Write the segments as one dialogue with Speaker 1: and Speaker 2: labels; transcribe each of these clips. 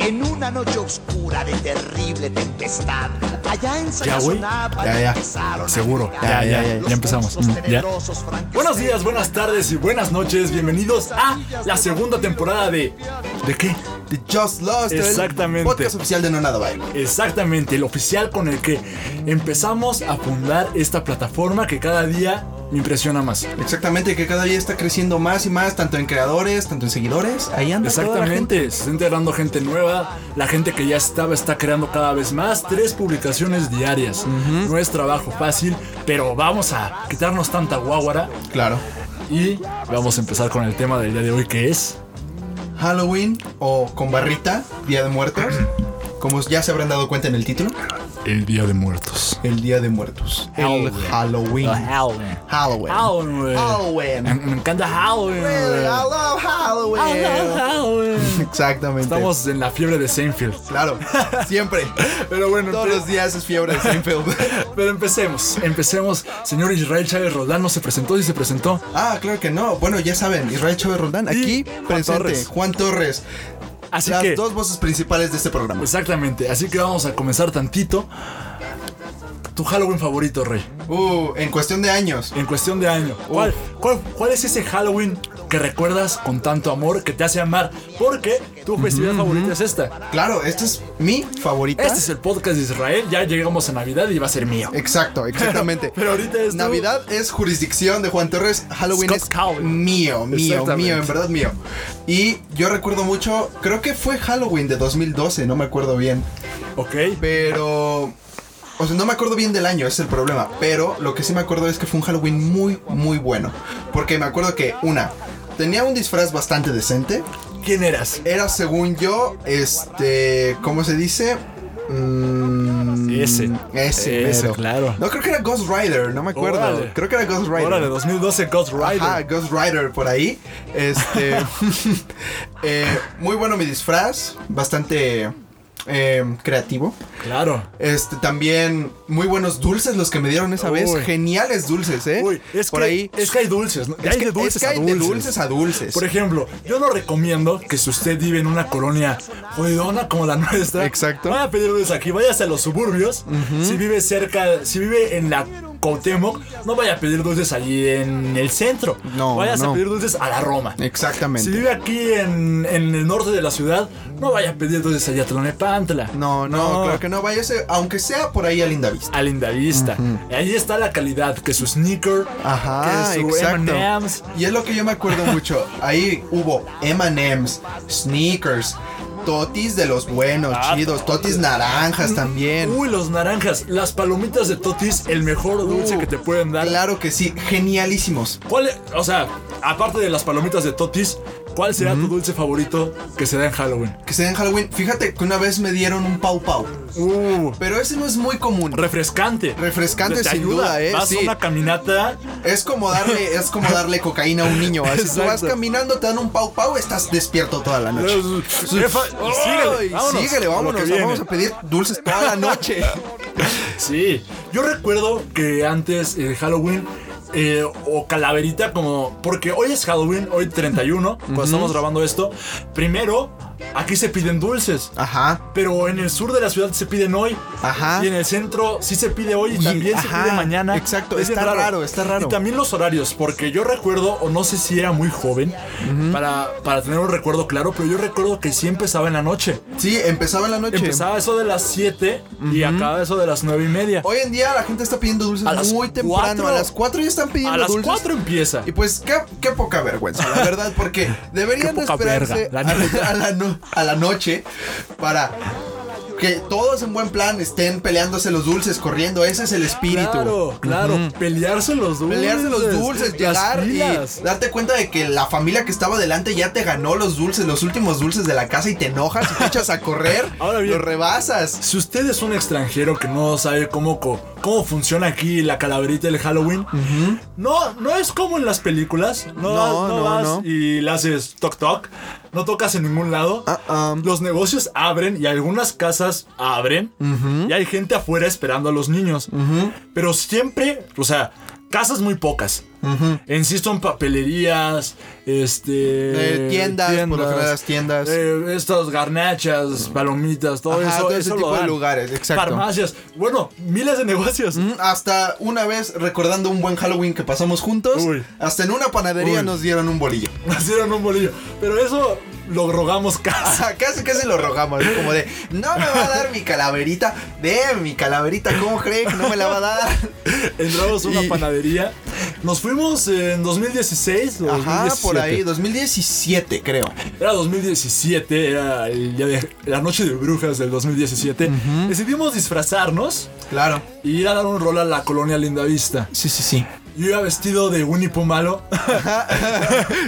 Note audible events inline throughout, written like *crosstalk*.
Speaker 1: En una noche oscura de terrible tempestad, allá en
Speaker 2: Ya, güey.
Speaker 1: Sacazonapan
Speaker 3: Ya, ya.
Speaker 1: empezaron a
Speaker 3: Seguro.
Speaker 1: llegar
Speaker 2: Ya, ya, ya,
Speaker 1: los
Speaker 2: ya empezamos.
Speaker 1: monstruos
Speaker 2: Mm, ya.
Speaker 1: tenebrosos Frankenstein.
Speaker 2: Buenos días, buenas tardes y buenas noches. Bienvenidos a la segunda temporada de. ¿De qué?
Speaker 3: The Just Lost. el
Speaker 2: Exactamente.
Speaker 3: podcast oficial de No Nada Vibe.
Speaker 2: Exactamente, el oficial con el que empezamos a fundar esta plataforma que cada día me impresiona más.
Speaker 3: Exactamente, que cada día está creciendo más y más, tanto en creadores, tanto en seguidores. Ahí anda toda la gente.
Speaker 2: Exactamente, se está integrando gente nueva, la gente que ya estaba está creando cada vez más, tres publicaciones diarias. No es trabajo fácil, pero vamos a quitarnos tanta guaguara
Speaker 3: Claro.
Speaker 2: y vamos a empezar con el tema del día de hoy que es...
Speaker 3: Halloween o con barrita, Día de Muertos. Como ya se habrán dado cuenta en el título,
Speaker 2: El Día de Muertos.
Speaker 3: el Día de Muertos. El
Speaker 2: Halloween.
Speaker 3: Halloween.
Speaker 2: Halloween.
Speaker 3: Halloween.
Speaker 2: Halloween. Me
Speaker 3: Halloween.
Speaker 2: me encanta Halloween.
Speaker 3: Really,
Speaker 2: güey.
Speaker 3: I love Halloween. Exactamente.
Speaker 2: Estamos en la fiebre de Seinfeld. *laughs*
Speaker 3: Claro, siempre.
Speaker 2: Pero bueno,
Speaker 3: Todos los días es fiebre de
Speaker 2: *laughs*
Speaker 3: Seinfeld.
Speaker 2: pero empecemos. Empecemos. Señor Israel Chávez Roldán no se presentó y se presentó.
Speaker 3: Ah, claro que no. Bueno, ya saben, Israel Chávez Roldán,
Speaker 2: Y
Speaker 3: aquí
Speaker 2: Juan
Speaker 3: presente,
Speaker 2: Torres.
Speaker 3: Juan Torres.
Speaker 2: Así
Speaker 3: las
Speaker 2: que.
Speaker 3: dos voces principales de este programa.
Speaker 2: Exactamente. Así que vamos a comenzar tantito. Tu Halloween favorito, Rey.
Speaker 3: Uh, en cuestión de años.
Speaker 2: En cuestión de año. ¿Cuál, cuál, cuál es ese Halloween que recuerdas con tanto amor que te hace amar? Porque tu festividad favorita es esta.
Speaker 3: Claro, esta es mi favorita.
Speaker 2: Este es el podcast de Israel. Ya llegamos a Navidad y va a ser mío. *laughs*
Speaker 3: Exacto, exactamente.
Speaker 2: Pero ahorita es tu-
Speaker 3: Navidad es jurisdicción de Juan Torres, Halloween
Speaker 2: Scott
Speaker 3: es
Speaker 2: Calvin.
Speaker 3: mío, mío,
Speaker 2: Exactamente.
Speaker 3: mío, en verdad mío. Y yo recuerdo mucho, creo que fue Halloween de 2012, no me acuerdo bien,
Speaker 2: Ok.
Speaker 3: pero o sea, no me acuerdo bien del año, ese es el problema, pero lo que sí me acuerdo es que fue un Halloween muy muy bueno, porque me acuerdo que una tenía un disfraz bastante decente,
Speaker 2: ¿Quién eras?
Speaker 3: era según yo, este, ¿cómo se dice? Mm,
Speaker 2: Ese.
Speaker 3: Ese,
Speaker 2: Ese,
Speaker 3: mero.
Speaker 2: Eh, claro.
Speaker 3: No, creo que era Ghost Rider, no me acuerdo.
Speaker 2: Órale.
Speaker 3: Creo que era Ghost Rider.
Speaker 2: Órale, 2012 Ghost Rider.
Speaker 3: Ajá, Ghost Rider por ahí.
Speaker 2: *laughs*
Speaker 3: Este. *laughs* eh, muy bueno mi disfraz. Bastante eh, creativo.
Speaker 2: Claro.
Speaker 3: Este, también muy buenos dulces los que me dieron esa vez.
Speaker 2: Uy.
Speaker 3: Geniales dulces, ¿eh?
Speaker 2: Uy, es
Speaker 3: por
Speaker 2: que,
Speaker 3: ahí.
Speaker 2: es que hay dulces, ¿no? Ya
Speaker 3: es
Speaker 2: hay
Speaker 3: que-
Speaker 2: de dulces
Speaker 3: es que
Speaker 2: a
Speaker 3: hay
Speaker 2: dulces.
Speaker 3: de dulces a dulces.
Speaker 2: Por ejemplo, yo no recomiendo que si usted vive en una colonia jodidona como la nuestra,
Speaker 3: Exacto.
Speaker 2: vaya a pedir dulces aquí, váyase a los suburbios. Si vive cerca, si vive en la Cuauhtémoc, no vaya a pedir dulces allí en el centro.
Speaker 3: No,
Speaker 2: Váyase a
Speaker 3: no.
Speaker 2: pedir dulces a la Roma.
Speaker 3: Exactamente.
Speaker 2: Si vive aquí en, en el norte de la ciudad, no vaya a pedir dulces allá a Tlanepantla.
Speaker 3: No, no,
Speaker 2: No.
Speaker 3: claro que no. Váyase, aunque sea por ahí a Linda Vista.
Speaker 2: a Linda Vista. Ahí está la calidad, que su sneaker,
Speaker 3: Ajá,
Speaker 2: que su
Speaker 3: exacto.
Speaker 2: M&M's.
Speaker 3: Y es lo que yo me
Speaker 2: *laughs*
Speaker 3: acuerdo mucho. Ahí hubo M&M's, sneakers, totis de los buenos,
Speaker 2: Ah, Mm. Uh.
Speaker 3: chidos, totis naranjas también.
Speaker 2: Uy, los naranjas, las palomitas de Totis, el mejor dulce
Speaker 3: Uh,
Speaker 2: que te pueden dar.
Speaker 3: Claro que sí, genialísimos.
Speaker 2: ¿Cuál es- o sea, aparte de las palomitas de Totis, ¿cuál será tu dulce favorito que se da en Halloween?
Speaker 3: Que se den Halloween. Fíjate que una vez me dieron un pau pau,
Speaker 2: Uh,
Speaker 3: pero ese no es muy común.
Speaker 2: refrescante.
Speaker 3: Refrescante,
Speaker 2: Te
Speaker 3: sin duda, eh,
Speaker 2: Vas
Speaker 3: sí.
Speaker 2: a una caminata.
Speaker 3: Es como darle, es como darle cocaína a un niño. Así tú vas
Speaker 2: Exacto.
Speaker 3: caminando, te dan un pau pau, estás despierto toda la noche.
Speaker 2: Jefa, síguele,
Speaker 3: Ay,
Speaker 2: vámonos,
Speaker 3: síguele,
Speaker 2: a lo
Speaker 3: vámonos,
Speaker 2: que
Speaker 3: o sea,
Speaker 2: viene.
Speaker 3: vamos a pedir dulces toda la noche.
Speaker 2: *laughs* Sí, yo recuerdo que antes eh, Halloween eh, o calaverita como... Porque hoy es Halloween, hoy 31, cuando estamos grabando esto. Primero, aquí se piden dulces.
Speaker 3: Ajá.
Speaker 2: Pero en el sur de la ciudad se piden hoy.
Speaker 3: Ah. Ajá.
Speaker 2: Y en el centro sí se pide hoy y,
Speaker 3: Y-
Speaker 2: también se
Speaker 3: ajá,
Speaker 2: pide mañana.
Speaker 3: exacto,
Speaker 2: bien
Speaker 3: está raro, está raro.
Speaker 2: Y también los horarios, porque yo recuerdo, o no sé si era muy joven, para, para tener un recuerdo claro, pero yo recuerdo que sí empezaba en la noche.
Speaker 3: Sí, empezaba en la noche.
Speaker 2: Empezaba eso de las 7 y acababa eso de las 9 y media.
Speaker 3: Hoy en día la gente está pidiendo dulces
Speaker 2: A las
Speaker 3: muy temprano.
Speaker 2: cuatro.
Speaker 3: a las 4 ya están pidiendo
Speaker 2: A las
Speaker 3: dulces.
Speaker 2: 4 empieza.
Speaker 3: Y pues qué, qué poca vergüenza, la verdad, porque
Speaker 2: *laughs*
Speaker 3: deberían
Speaker 2: Qué
Speaker 3: de
Speaker 2: poca
Speaker 3: esperarse
Speaker 2: verga, la
Speaker 3: a,
Speaker 2: neta.
Speaker 3: la, *laughs* a la no- a la noche para que todos en buen plan estén peleándose los dulces, corriendo. Ese es el espíritu.
Speaker 2: Claro, claro. Pelearse los dulces.
Speaker 3: Pelearse los dulces,
Speaker 2: las
Speaker 3: llegar y
Speaker 2: filas.
Speaker 3: darte cuenta de que la familia que estaba delante ya te ganó los dulces, los últimos dulces de la casa y te enojas y te echas a correr,
Speaker 2: *laughs* Ahora bien.
Speaker 3: los rebasas.
Speaker 2: Si usted es un extranjero que no sabe cómo, co- cómo funciona aquí la calaverita del Halloween, no, no es como en las películas. No,
Speaker 3: No,
Speaker 2: vas- no
Speaker 3: no,
Speaker 2: vas
Speaker 3: no.
Speaker 2: y le haces toc toc. No tocas en ningún lado.
Speaker 3: Ah, ah.
Speaker 2: Los negocios abren y algunas casas abren. Y hay gente afuera esperando a los niños. Pero siempre, o sea, casas muy pocas. Insisto en papelerías, este.
Speaker 3: Eh, tiendas, por lo general las tiendas.
Speaker 2: eh, estas garnachas, palomitas, todo
Speaker 3: Ajá,
Speaker 2: eso.
Speaker 3: todo ese
Speaker 2: eso lo
Speaker 3: tipo de
Speaker 2: dan.
Speaker 3: lugares, exacto.
Speaker 2: Farmacias, bueno, miles de negocios. *laughs*
Speaker 3: Hasta una vez recordando un buen Halloween que pasamos juntos,
Speaker 2: Uy.
Speaker 3: hasta en una panadería
Speaker 2: Uy.
Speaker 3: nos dieron un bolillo. *laughs*
Speaker 2: Nos dieron un bolillo. Pero eso lo rogamos *laughs* casi.
Speaker 3: Ajá, casi casi lo rogamos, es como de, no me va a dar mi calaverita, de mi calaverita, ¿cómo cree que no me la va
Speaker 2: *laughs*
Speaker 3: a dar?
Speaker 2: Entramos a una
Speaker 3: Ah, Y-
Speaker 2: panadería. Nos fuimos en 2016 o
Speaker 3: Ajá,
Speaker 2: 2017.
Speaker 3: por ahí, 2017 creo.
Speaker 2: Era 2017, era el día de- la noche de brujas del 2017. Decidimos disfrazarnos
Speaker 3: Claro.
Speaker 2: y ir a dar un rol a la colonia Linda Vista.
Speaker 3: Sí,
Speaker 2: *laughs*
Speaker 3: sí, sí.
Speaker 2: Yo iba vestido de Winnie Pooh malo.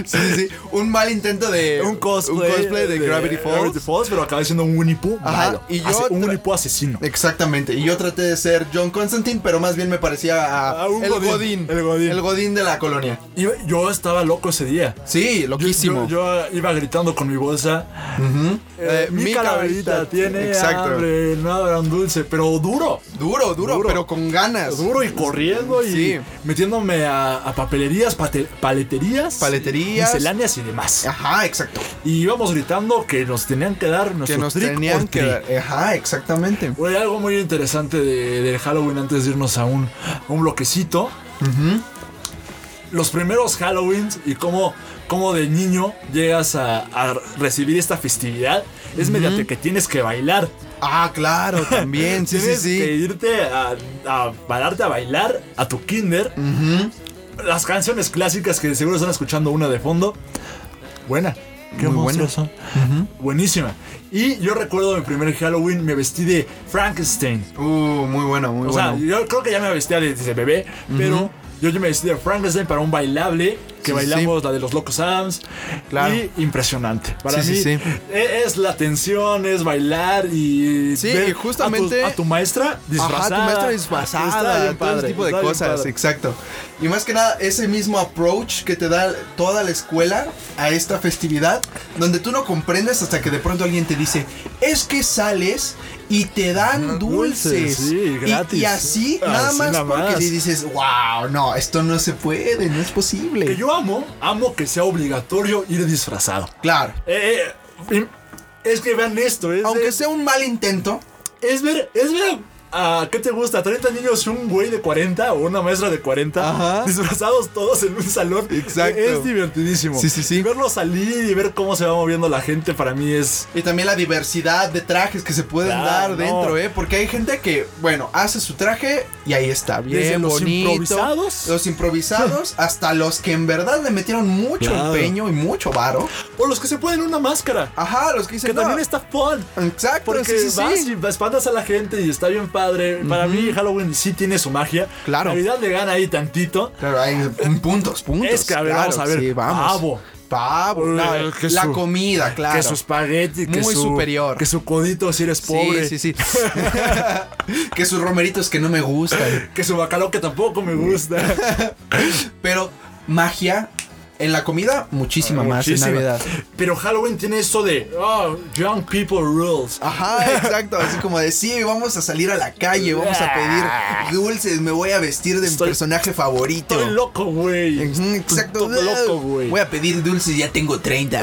Speaker 3: sí, sí, sí. Un mal intento de...
Speaker 2: un cosplay,
Speaker 3: un cosplay de, Gravity Falls.
Speaker 2: pero acabé siendo un Winnie Pooh
Speaker 3: Ajá,
Speaker 2: malo.
Speaker 3: y yo
Speaker 2: Ase- un
Speaker 3: tra-
Speaker 2: Winnie Pooh asesino.
Speaker 3: Exactamente, y yo traté de ser John Constantine, pero más bien me parecía a,
Speaker 2: A un
Speaker 3: el
Speaker 2: godín, el godín.
Speaker 3: el godín de la colonia.
Speaker 2: Y *laughs* yo estaba loco ese día.
Speaker 3: Sí,
Speaker 2: Yo,
Speaker 3: loquísimo.
Speaker 2: yo- yo iba gritando con mi bolsa. eh,
Speaker 3: Eh,
Speaker 2: mi
Speaker 3: mi
Speaker 2: calaverita
Speaker 3: calaverita
Speaker 2: tiene
Speaker 3: Exacto.
Speaker 2: hambre, no habrá un dulce, pero duro.
Speaker 3: Duro, duro,
Speaker 2: Duro.
Speaker 3: pero con ganas.
Speaker 2: Duro y corriendo y
Speaker 3: Sí.
Speaker 2: metiéndome a, a papelerías, pate- paleterías,
Speaker 3: Paleterías. Ah.
Speaker 2: misceláneas y demás.
Speaker 3: Ajá, exacto.
Speaker 2: Y íbamos gritando que nos tenían que dar nuestro
Speaker 3: Que nos
Speaker 2: trick
Speaker 3: tenían
Speaker 2: or
Speaker 3: que
Speaker 2: treat.
Speaker 3: dar. Ajá, exactamente.
Speaker 2: Güey, algo muy interesante de, del Halloween antes de irnos a un, a un bloquecito. Los primeros Halloweens y cómo, cómo de niño llegas a, a recibir esta festividad es mediante que tienes que bailar.
Speaker 3: Ah, claro, también. Sí, sí,
Speaker 2: tienes que
Speaker 3: sí.
Speaker 2: irte a, a pararte a bailar a tu kinder. Las canciones clásicas que seguro están escuchando una de fondo. Buena. Qué
Speaker 3: Muy
Speaker 2: monstruos son. Buenísima. Y yo recuerdo mi primer Halloween, me vestí de Frankenstein.
Speaker 3: Uh, muy bueno, muy
Speaker 2: O sea,
Speaker 3: bueno.
Speaker 2: yo creo que ya me vestía de- desde bebé, pero yo ya me vestí de Frankenstein para un bailable que
Speaker 3: Sí,
Speaker 2: bailamos la de los Locos Adams.
Speaker 3: Claro.
Speaker 2: Y impresionante. Para
Speaker 3: Sí,
Speaker 2: mí
Speaker 3: sí, sí.
Speaker 2: e- es la tensión, es bailar y
Speaker 3: Sí,
Speaker 2: ver
Speaker 3: y justamente-
Speaker 2: a tu, a tu maestra disfrazada.
Speaker 3: Ajá, tu
Speaker 2: Está
Speaker 3: maestra disfrazada,
Speaker 2: bien
Speaker 3: todo ese
Speaker 2: padre,
Speaker 3: tipo de
Speaker 2: está bien
Speaker 3: cosas,
Speaker 2: padre.
Speaker 3: exacto. Y más que nada, ese mismo approach que te da toda la escuela a esta festividad, donde tú no comprendes hasta que de pronto alguien te dice, es que sales y te dan
Speaker 2: Ah, dulces,
Speaker 3: dulces.
Speaker 2: sí,
Speaker 3: Y-
Speaker 2: gratis.
Speaker 3: Y, así,
Speaker 2: Así
Speaker 3: nada más
Speaker 2: nada más.
Speaker 3: porque si dices, wow, no, esto no se puede, no es posible.
Speaker 2: Que yo amo, amo que sea obligatorio ir disfrazado.
Speaker 3: Claro.
Speaker 2: Eh, eh, im- es que vean esto, es,
Speaker 3: Aunque
Speaker 2: es,
Speaker 3: sea un mal intento,
Speaker 2: es ver, es ver a, a- ¿qué te gusta? 30 niños y un güey de 40 o una maestra de 40
Speaker 3: Ajá.
Speaker 2: disfrazados todos en un salón.
Speaker 3: Exacto.
Speaker 2: Es divertidísimo.
Speaker 3: Sí, sí, sí.
Speaker 2: Y verlos salir y ver cómo se va moviendo la gente para mí es
Speaker 3: Y también la diversidad de trajes que se pueden
Speaker 2: Claro,
Speaker 3: dar
Speaker 2: no.
Speaker 3: dentro, ¿eh? Porque hay gente que, bueno, hace su traje y ahí está, bien
Speaker 2: Desde los
Speaker 3: bonito.
Speaker 2: improvisados. *laughs*
Speaker 3: Los improvisados, hasta los que en verdad le metieron mucho
Speaker 2: Claro.
Speaker 3: empeño y mucho varo.
Speaker 2: o los que se ponen una máscara,
Speaker 3: Ajá, los que dicen
Speaker 2: que
Speaker 3: "No,
Speaker 2: también está fun.
Speaker 3: Exacto,
Speaker 2: Porque
Speaker 3: sí, sí,
Speaker 2: vas
Speaker 3: sí.
Speaker 2: y espantas a la gente y está bien padre. Para mí Halloween sí tiene su magia.
Speaker 3: Claro.
Speaker 2: Navidad le gana ahí tantito.
Speaker 3: Claro, hay un- puntos, puntos.
Speaker 2: Es que, a ver,
Speaker 3: claro,
Speaker 2: vamos a ver,
Speaker 3: sí, vamos.
Speaker 2: pavo.
Speaker 3: Pavo,
Speaker 2: Uy,
Speaker 3: la,
Speaker 2: que
Speaker 3: la
Speaker 2: su-
Speaker 3: comida, claro.
Speaker 2: Que su espagueti, que
Speaker 3: Muy
Speaker 2: su,
Speaker 3: superior.
Speaker 2: Que su codito si eres pobre.
Speaker 3: Sí,
Speaker 2: *laughs*
Speaker 3: *laughs* sí, sí. que sus romeritos que no me gustan.
Speaker 2: Que su bacalao que tampoco me gusta.
Speaker 3: Pero magia en la comida, muchísima, más en
Speaker 2: Muchísima.
Speaker 3: Navidad.
Speaker 2: Pero Halloween tiene eso de oh, Young People Rules. *laughs*
Speaker 3: Ajá, exacto. Así como de sí, vamos a salir a la calle, vamos a pedir dulces, me voy a vestir de mi
Speaker 2: Estoy-
Speaker 3: personaje favorito.
Speaker 2: Estoy loco, güey.
Speaker 3: Ujú, Mm, Exacto,
Speaker 2: Estoy loco, güey.
Speaker 3: Voy a pedir dulces, ya
Speaker 2: *laughs*
Speaker 3: tengo 30.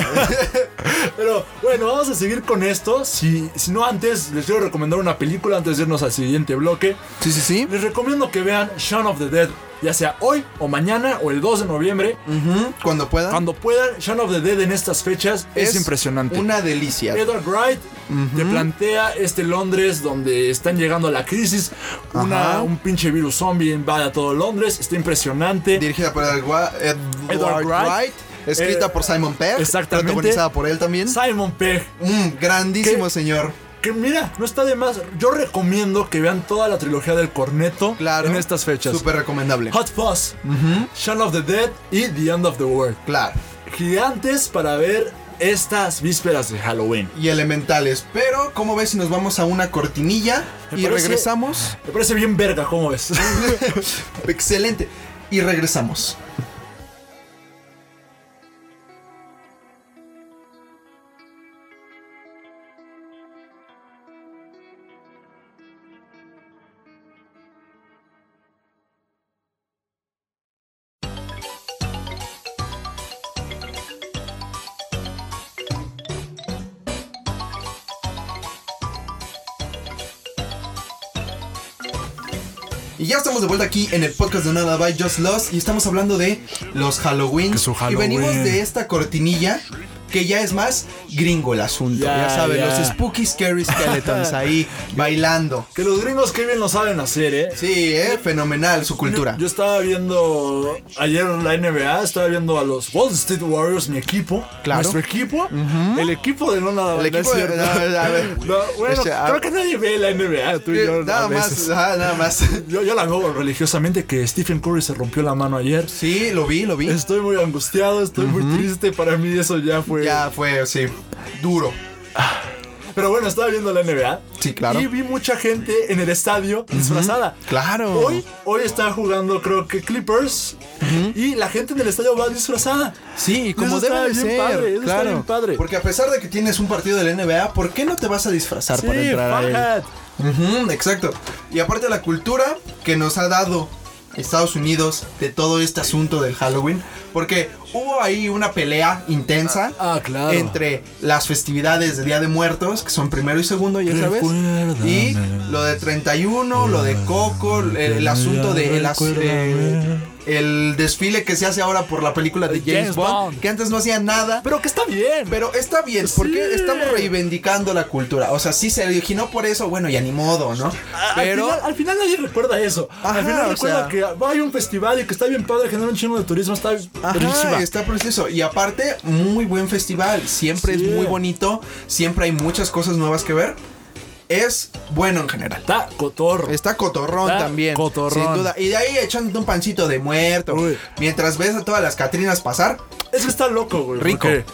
Speaker 2: Pero bueno, vamos a seguir con esto. Si, si no antes, les quiero recomendar una película antes de irnos al siguiente bloque.
Speaker 3: sí, sí, sí.
Speaker 2: Les recomiendo que vean Shaun of the Dead, ya sea hoy o mañana o el 2 de noviembre.
Speaker 3: Ujú, Cuando pueda.
Speaker 2: Cuando puedan, Shaun of the Dead en estas fechas es, impresionante.
Speaker 3: Una delicia.
Speaker 2: Edward Wright te plantea este Londres donde están llegando a la crisis. Una,
Speaker 3: Ajá.
Speaker 2: un pinche virus zombie invade a todo Londres. Está impresionante.
Speaker 3: Dirigida por Edward, Wa- Edward
Speaker 2: Edward Wright.
Speaker 3: Wright. Escrita
Speaker 2: Eh,
Speaker 3: por Simon Pegg.
Speaker 2: exactamente.
Speaker 3: Protagonizada por él también.
Speaker 2: Simon Pegg.
Speaker 3: Mm, grandísimo
Speaker 2: ¿Qué?
Speaker 3: señor.
Speaker 2: Que mira, no está de más. Yo recomiendo que vean toda la trilogía del corneto
Speaker 3: Claro.
Speaker 2: en estas fechas.
Speaker 3: Súper recomendable.
Speaker 2: Hot Fuzz, Shaun of the Dead y The End of the World.
Speaker 3: Claro.
Speaker 2: Gigantes para ver estas vísperas de Halloween.
Speaker 3: Y elementales. Pero, ¿cómo ves si nos vamos a una cortinilla
Speaker 2: Me
Speaker 3: y
Speaker 2: parece-
Speaker 3: regresamos?
Speaker 2: *laughs* Me parece bien verga, ¿cómo ves?
Speaker 3: Excelente. Y regresamos. Y ya estamos de vuelta aquí en el podcast de Nada by Just Lost. Y estamos hablando de los Halloween.
Speaker 2: Que su
Speaker 3: Y venimos
Speaker 2: Halloween.
Speaker 3: de esta cortinilla. Que ya es más gringo el asunto.
Speaker 2: Ya,
Speaker 3: Ya, saben,
Speaker 2: ya.
Speaker 3: los spooky
Speaker 2: *laughs*
Speaker 3: scary skeletons ahí bailando.
Speaker 2: Que los gringos que bien lo saben hacer, ¿eh?
Speaker 3: Sí, eh, fenomenal su cultura.
Speaker 2: Yo, yo estaba viendo ayer la NBA, estaba viendo a los Wall Street Warriors, mi equipo,
Speaker 3: Claro.
Speaker 2: nuestro equipo, el equipo de no nada
Speaker 3: El
Speaker 2: no es
Speaker 3: equipo de-
Speaker 2: cierto.
Speaker 3: no, a ver.
Speaker 2: *laughs* No, bueno,
Speaker 3: Este, a-
Speaker 2: creo que nadie ve la NBA, tú y
Speaker 3: Eh,
Speaker 2: yo.
Speaker 3: nada
Speaker 2: a veces.
Speaker 3: más, ajá, nada más.
Speaker 2: Yo, yo la veo religiosamente que Stephen Curry se rompió la mano ayer.
Speaker 3: Sí, lo vi, lo vi.
Speaker 2: Estoy muy angustiado, estoy muy triste. Para mí eso ya fue.
Speaker 3: Ya fue, sí, duro.
Speaker 2: Pero bueno, estaba viendo la NBA.
Speaker 3: Sí, claro.
Speaker 2: Y vi mucha gente en el estadio disfrazada.
Speaker 3: Claro.
Speaker 2: Hoy, hoy está jugando, creo que Clippers. Y la gente en el estadio va disfrazada.
Speaker 4: Sí,
Speaker 2: Y
Speaker 4: como
Speaker 2: eso está
Speaker 4: debe de
Speaker 2: bien
Speaker 4: ser,
Speaker 2: Padre, eso está
Speaker 4: claro.
Speaker 2: bien padre.
Speaker 3: Porque a pesar de que tienes un partido del NBA, ¿por qué no te vas a disfrazar para
Speaker 2: sí,
Speaker 3: entrar a él?
Speaker 2: Farhat.
Speaker 3: Ujú, exacto. Y aparte la cultura que nos ha dado Estados Unidos de todo este asunto del Halloween, porque hubo ahí una pelea intensa
Speaker 2: Ah, ah, claro.
Speaker 3: entre las festividades de Día de Muertos, que son primero y segundo, ya sabes, y
Speaker 2: Recuérdame.
Speaker 3: lo de 31, lo de Coco, el, el asunto de el, as-
Speaker 2: Recuérdame.
Speaker 3: eh, el desfile que se hace ahora por la película de
Speaker 2: James
Speaker 3: James, Bond,
Speaker 2: Bond.
Speaker 3: que antes no hacía nada.
Speaker 2: Pero que está bien.
Speaker 3: Pero está bien, porque
Speaker 2: Sí.
Speaker 3: estamos reivindicando la cultura. O sea, sí se originó por eso, bueno, ya ni modo, ¿no?
Speaker 2: A-
Speaker 3: Pero.
Speaker 2: al, final, al final nadie recuerda eso.
Speaker 3: Ajá,
Speaker 2: al final
Speaker 3: o
Speaker 2: recuerda
Speaker 3: sea-
Speaker 2: que ah, hay un festival y que está bien padre, genera un chingo de turismo, está
Speaker 3: Ajá,
Speaker 2: buenísima.
Speaker 3: está precioso. Y aparte, muy buen festival. Siempre
Speaker 2: Sí.
Speaker 3: es muy bonito. Siempre hay muchas cosas nuevas que ver. Es bueno en general.
Speaker 2: Está cotorro.
Speaker 3: Está cotorrón
Speaker 2: Está
Speaker 3: también.
Speaker 2: cotorrón.
Speaker 3: Sin duda. Y de ahí echándote un pancito de muerto.
Speaker 2: Uy.
Speaker 3: Mientras ves a todas las Catrinas pasar.
Speaker 2: Es que está loco, güey.
Speaker 3: Rico.
Speaker 2: porque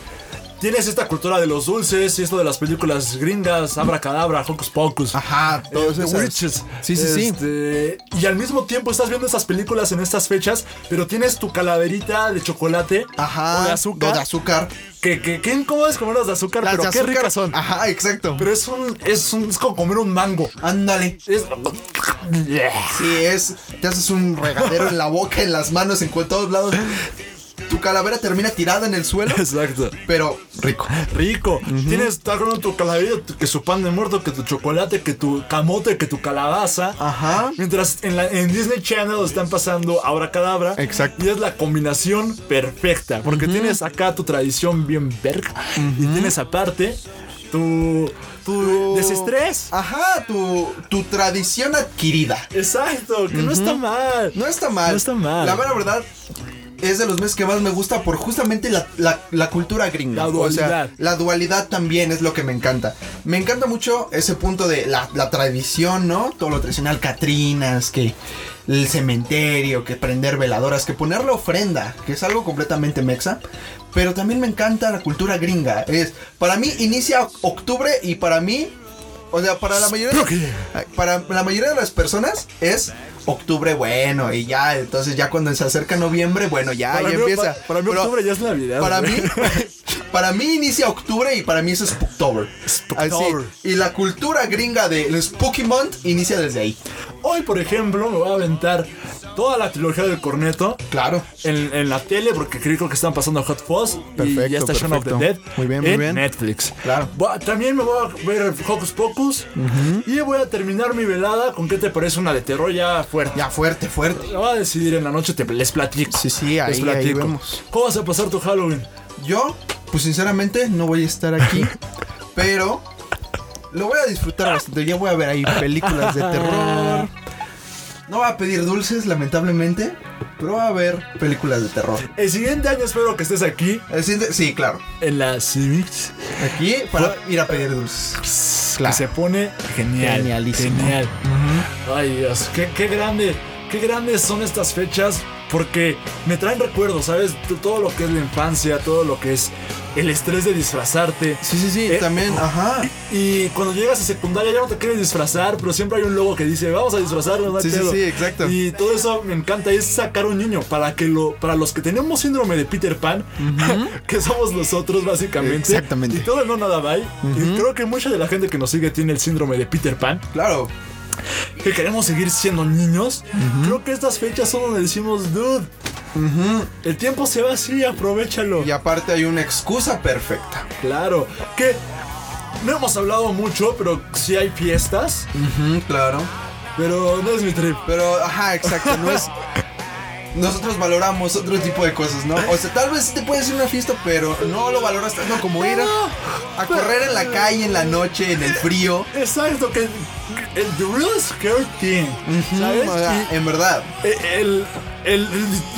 Speaker 2: Tienes esta cultura de los dulces y esto de las películas gringas, Abracadabra, Hocus Pocus.
Speaker 3: Ajá, todos
Speaker 2: eh, The
Speaker 3: esos.
Speaker 2: Witches.
Speaker 4: Sí, sí, sí.
Speaker 2: Este, Y al mismo tiempo estás viendo estas películas en estas fechas, pero tienes tu calaverita de chocolate
Speaker 3: Ajá.
Speaker 2: o de azúcar.
Speaker 3: o de azúcar.
Speaker 2: que, que, qué incómodo es comerlas de azúcar,
Speaker 3: Las
Speaker 2: pero
Speaker 3: de
Speaker 2: qué
Speaker 3: azúcar. ah.
Speaker 2: ricas son.
Speaker 3: Ajá, exacto.
Speaker 2: Pero es un, es un. Es como comer un mango.
Speaker 3: Ándale. *laughs*
Speaker 2: Es.
Speaker 3: Sí, es. Te haces un regadero en la boca, en las manos, en cu- todos lados. Tu calavera termina tirada en el suelo.
Speaker 2: Exacto.
Speaker 3: Pero rico.
Speaker 2: Rico. Tienes estar con tu calaverita, que su pan de muerto, que tu chocolate, que tu camote, que tu calabaza.
Speaker 3: Ajá.
Speaker 2: Mientras en, la- en Disney Channel están pasando Ahora Cadabra.
Speaker 3: Exacto.
Speaker 2: Y es la combinación perfecta. Porque tienes acá tu tradición bien verga. Y tienes aparte tu, tu
Speaker 3: Ah.
Speaker 2: desestrés.
Speaker 3: Ajá, tu, tu tradición adquirida.
Speaker 2: Exacto, que no está mal.
Speaker 3: No está mal.
Speaker 2: No está mal.
Speaker 3: La mera verdad. Es de los meses que más me gusta por justamente la, la- la cultura gringa.
Speaker 2: La
Speaker 3: O
Speaker 2: dualidad.
Speaker 3: sea, la dualidad también es lo que me encanta. Me encanta mucho ese punto de la, la tradición, ¿no? Todo lo tradicional, Catrinas, que el cementerio, que prender veladoras, que poner la ofrenda, que es algo completamente mexa. Pero también me encanta la cultura gringa. Es, para mí inicia octubre y para mí, o sea, para la mayoría...
Speaker 2: Spooky.
Speaker 3: Ay, Para la mayoría de las personas es octubre bueno y ya, entonces ya cuando se acerca noviembre, bueno, ya,
Speaker 2: para
Speaker 3: ya
Speaker 2: mí,
Speaker 3: empieza.
Speaker 2: pa- para mí
Speaker 3: Pero
Speaker 2: octubre ya es Navidad.
Speaker 3: para *laughs*
Speaker 2: güey.
Speaker 3: mí para mí inicia octubre y para mí es Spooktober.
Speaker 2: Spooktober.
Speaker 3: Así, y la cultura gringa del Spooky Month inicia desde ahí.
Speaker 2: Hoy, por ejemplo, me voy a aventar toda la trilogía del corneto.
Speaker 3: Claro.
Speaker 2: En, en la tele, porque creo que están pasando Hot Fuzz.
Speaker 4: Perfecto,
Speaker 2: y ya está Shaun of the
Speaker 4: perfecto.
Speaker 2: Dead.
Speaker 4: Muy bien, muy
Speaker 2: en
Speaker 4: bien.
Speaker 2: Netflix.
Speaker 3: Claro.
Speaker 2: Va- también me voy a ver Hocus Pocus. Y voy a terminar mi velada con qué te parece una de terror ya fuerte.
Speaker 3: Ya fuerte, fuerte.
Speaker 2: Lo voy a decidir en la noche, te les platico.
Speaker 3: Sí, sí, ahí-
Speaker 2: Les
Speaker 3: ahí
Speaker 2: platico.
Speaker 3: vemos.
Speaker 2: ¿Cómo vas a pasar tu Halloween?
Speaker 3: Yo, pues sinceramente no voy a estar *laughs* aquí, pero lo voy a disfrutar bastante. Ya voy a ver ahí películas de terror. No voy a pedir dulces, lamentablemente, pero voy a ver películas de terror.
Speaker 2: El siguiente año espero que estés aquí
Speaker 3: El siguiente- Sí, claro.
Speaker 2: en la Civics.
Speaker 3: Aquí para ir a pedir dulces.
Speaker 2: Que se pone genial.
Speaker 4: Genialísimo.
Speaker 2: Genial. Ay, Dios, qué, qué grande. Qué grandes son estas fechas porque me traen recuerdos, ¿sabes? T- Todo lo que es la infancia, todo lo que es el estrés de disfrazarte.
Speaker 3: Sí, sí, sí.
Speaker 2: Eh,
Speaker 3: También, ajá.
Speaker 2: Y cuando llegas a secundaria ya no te quieres disfrazar, pero siempre hay un logo que dice, vamos a disfrazarnos. no hay
Speaker 3: Sí, sí,
Speaker 2: pedo".
Speaker 3: sí, exacto.
Speaker 2: Y todo eso me encanta, es sacar un niño para que lo, para los que tenemos síndrome de Peter Pan, *laughs* que somos nosotros básicamente.
Speaker 4: Exactamente.
Speaker 2: Y todo el no nada va. Y creo que mucha de la gente que nos sigue tiene el síndrome de Peter Pan,
Speaker 3: Claro.
Speaker 2: que queremos seguir siendo niños. Creo que estas fechas son donde decimos, dude, el tiempo se va así, aprovechalo.
Speaker 3: Y aparte hay una excusa perfecta.
Speaker 2: Claro, que no hemos hablado mucho, pero sí hay fiestas.
Speaker 3: Ujú, claro.
Speaker 2: Pero no es mi trip.
Speaker 3: Pero, ajá, exacto,
Speaker 2: *laughs*
Speaker 3: no es... Nosotros valoramos otro tipo de cosas, ¿no? O sea, tal vez sí te puedes ir a una fiesta, pero no lo valoras tanto como ir a, a correr en la calle en la noche, en el frío.
Speaker 2: Exacto, que el The Real Scare King, ¿sabes?
Speaker 3: O sea, em- en verdad.
Speaker 2: Y el, el- el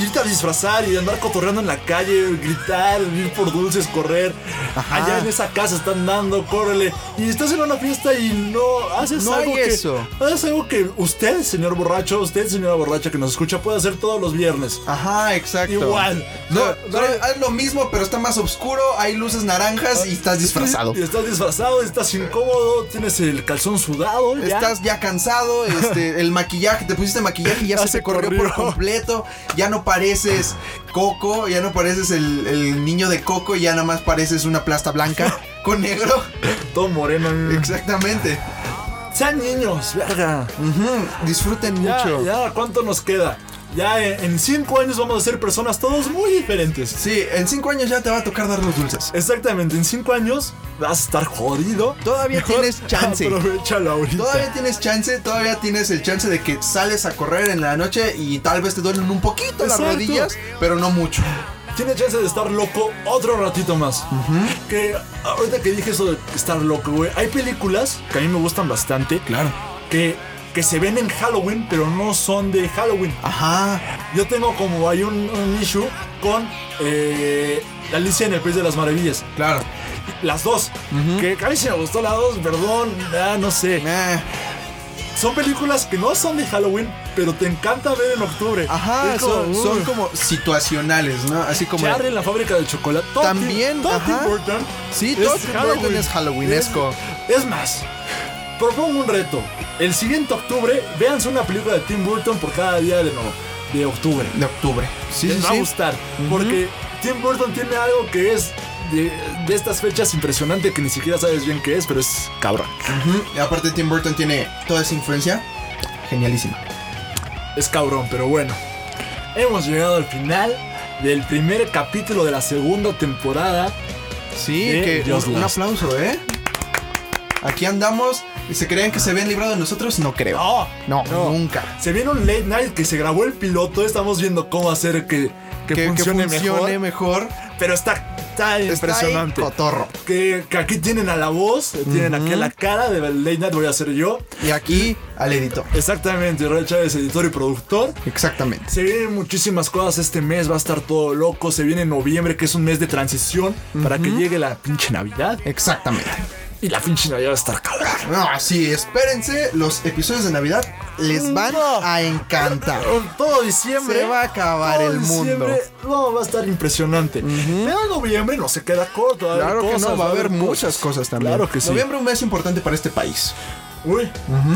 Speaker 2: irte a disfrazar y andar cotorreando en la calle, gritar, ir por dulces, correr.
Speaker 3: Ajá.
Speaker 2: Allá en esa casa están dando, córrele. Y estás en una fiesta y no haces
Speaker 3: No
Speaker 2: algo
Speaker 3: hay
Speaker 2: que.
Speaker 3: eso.
Speaker 2: Haces algo que usted, señor borracho, usted, señora borracha que nos escucha, puede hacer todos los viernes.
Speaker 3: Ajá, exacto.
Speaker 2: Igual.
Speaker 3: No,
Speaker 2: O sea,
Speaker 3: solo
Speaker 2: no-
Speaker 3: haz lo mismo, pero está más oscuro, hay luces naranjas y estás disfrazado.
Speaker 2: Y estás disfrazado, estás incómodo, tienes el calzón sudado. ya.
Speaker 3: Estás ya cansado,
Speaker 2: *laughs*
Speaker 3: este, el maquillaje, te pusiste maquillaje y ya,
Speaker 2: Ya
Speaker 3: se,
Speaker 2: se
Speaker 3: te corrió, por
Speaker 2: corrió.
Speaker 3: completo, ya no pareces Coco, ya no pareces el, el niño de Coco, ya nada más pareces una
Speaker 2: *laughs*
Speaker 3: plasta blanca con negro.
Speaker 2: todo moreno.
Speaker 3: Exactamente.
Speaker 2: Sean niños, verga.
Speaker 3: Ujú, Disfruten
Speaker 2: Ya,
Speaker 3: mucho.
Speaker 2: ya, ¿cuánto nos queda? Ya eh, en, en cinco años vamos a ser personas todos muy diferentes.
Speaker 3: Sí, en cinco años ya te va a tocar dar los dulces.
Speaker 2: Exactamente, en cinco años vas a estar jodido.
Speaker 3: Todavía
Speaker 2: *laughs*
Speaker 3: tienes chance.
Speaker 2: Aprovechalo ahorita.
Speaker 3: Todavía tienes chance, todavía tienes el chance de que sales a correr en la noche y tal vez te duelen un poquito las
Speaker 2: Exacto.
Speaker 3: rodillas, pero no mucho.
Speaker 2: Tienes chance de estar loco otro ratito más. Que ahorita que dije eso de estar loco, güey. Hay películas que a mí me gustan bastante.
Speaker 3: Claro.
Speaker 2: Que, que se ven en Halloween, pero no son de Halloween.
Speaker 3: Ajá.
Speaker 2: Yo tengo como hay un, un issue con eh, Alicia en el País de las Maravillas.
Speaker 3: Claro.
Speaker 2: Las dos. Que casi se me gustó la dos, perdón. Ah, no sé.
Speaker 3: Eh,
Speaker 2: Son películas que no son de Halloween, pero te encanta ver en octubre.
Speaker 3: Ajá,
Speaker 2: Es como,
Speaker 3: son,
Speaker 2: uh,
Speaker 3: son como situacionales, ¿no? Así como...
Speaker 2: Charlie en la fábrica de chocolate. Todo
Speaker 3: También,
Speaker 2: Tim- todo Tim
Speaker 3: ajá.
Speaker 2: Burton
Speaker 3: Sí,
Speaker 2: es
Speaker 3: todo Tim Burton
Speaker 2: Halloween.
Speaker 3: es halloweenesco.
Speaker 2: Es, es más, propongo un reto. El siguiente octubre, véanse una película de Tim Burton por cada día de, no- de octubre.
Speaker 3: De octubre. Sí,
Speaker 2: les
Speaker 3: sí,
Speaker 2: va a
Speaker 3: sí.
Speaker 2: gustar. Porque Tim Burton tiene algo que es de, de estas fechas impresionante que ni siquiera sabes bien qué es, pero es cabrón.
Speaker 3: Ujú, Y aparte Tim Burton tiene toda esa influencia. Genialísima.
Speaker 2: Es cabrón, pero bueno. Hemos llegado al final del primer capítulo de la segunda temporada.
Speaker 3: Sí,
Speaker 2: De
Speaker 3: que
Speaker 2: Just
Speaker 3: un, un
Speaker 2: Lost.
Speaker 3: aplauso, ¿eh? Aquí andamos. ¿Y se creen que se habían librado de nosotros? No creo.
Speaker 2: No,
Speaker 3: No,
Speaker 2: no.
Speaker 3: nunca.
Speaker 2: Se viene un late night que se grabó el piloto. Estamos viendo cómo hacer que, que
Speaker 3: Que
Speaker 2: funcione, mejor.
Speaker 3: mejor.
Speaker 2: Pero está, está impresionante.
Speaker 3: Está ahí, cotorro.
Speaker 2: que, que aquí tienen a la voz, tienen aquí a la cara de late night, voy a ser yo.
Speaker 3: Y aquí al editor.
Speaker 2: Exactamente, Roy Chávez, editor y productor.
Speaker 3: Exactamente.
Speaker 2: Se vienen muchísimas cosas este mes, va a estar todo loco. Se viene noviembre, que es un mes de transición para que llegue la pinche Navidad.
Speaker 3: Exactamente.
Speaker 2: Y la pinche Navidad va a estar cabrón.
Speaker 3: No, sí, espérense. Los episodios de Navidad les van
Speaker 2: No.
Speaker 3: a encantar.
Speaker 2: Con Todo diciembre.
Speaker 3: Se va a acabar
Speaker 2: todo
Speaker 3: el mundo.
Speaker 2: diciembre, No, va a estar impresionante. Pero noviembre no se queda corto. va a haber
Speaker 3: Claro que
Speaker 2: cosas,
Speaker 3: no, va a haber muchas
Speaker 2: cosas.
Speaker 3: cosas también.
Speaker 2: Claro que sí.
Speaker 3: Noviembre un mes importante para este país.
Speaker 2: Uy,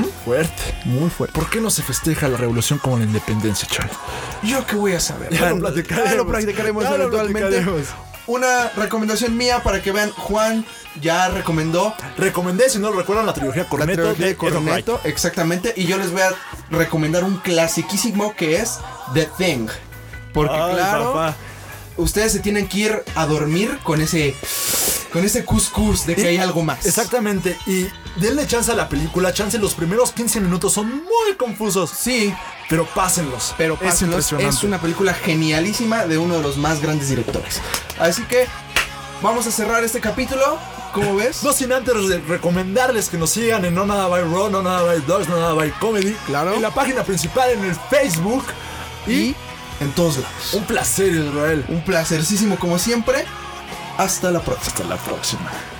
Speaker 2: fuerte.
Speaker 3: Muy fuerte.
Speaker 2: ¿Por qué no se festeja la revolución como la independencia, Charles?
Speaker 3: ¿Yo qué voy a saber?
Speaker 2: Ya lo platicaremos.
Speaker 3: Ya lo platicaremos
Speaker 2: Ya lo
Speaker 3: eventualmente.
Speaker 2: platicaremos.
Speaker 3: Una recomendación mía para que vean, Juan ya recomendó
Speaker 2: Recomendé, si no lo recuerdan, la trilogía
Speaker 3: la
Speaker 2: Corneto
Speaker 3: trilogía
Speaker 2: de
Speaker 3: de
Speaker 2: Edgar Wright.
Speaker 3: Cornetto, exactamente, y yo les voy a recomendar un clasiquísimo que es The Thing. Porque
Speaker 2: Ay,
Speaker 3: claro,
Speaker 2: papá.
Speaker 3: ustedes se tienen que ir a dormir con ese con ese cuscús de que hay algo más.
Speaker 2: Exactamente. Y denle chance a la película, chance los primeros 15 minutos son muy confusos,
Speaker 3: Sí,
Speaker 2: pero pásenlos.
Speaker 3: pero
Speaker 2: es
Speaker 3: pásenlos,
Speaker 2: impresionante.
Speaker 3: es una película genialísima de uno de los más grandes directores. Así que vamos a cerrar este capítulo, ¿cómo ves?
Speaker 2: No sin antes de recomendarles que nos sigan en No Nada by Raw, No Nada by Dogs, No Nada by Comedy.
Speaker 3: Claro.
Speaker 2: En la página principal, en el Facebook. Y
Speaker 3: en todos lados.
Speaker 2: un placer, Israel.
Speaker 3: Un placercísimo como siempre. Hasta la próxima.
Speaker 2: Hasta la próxima.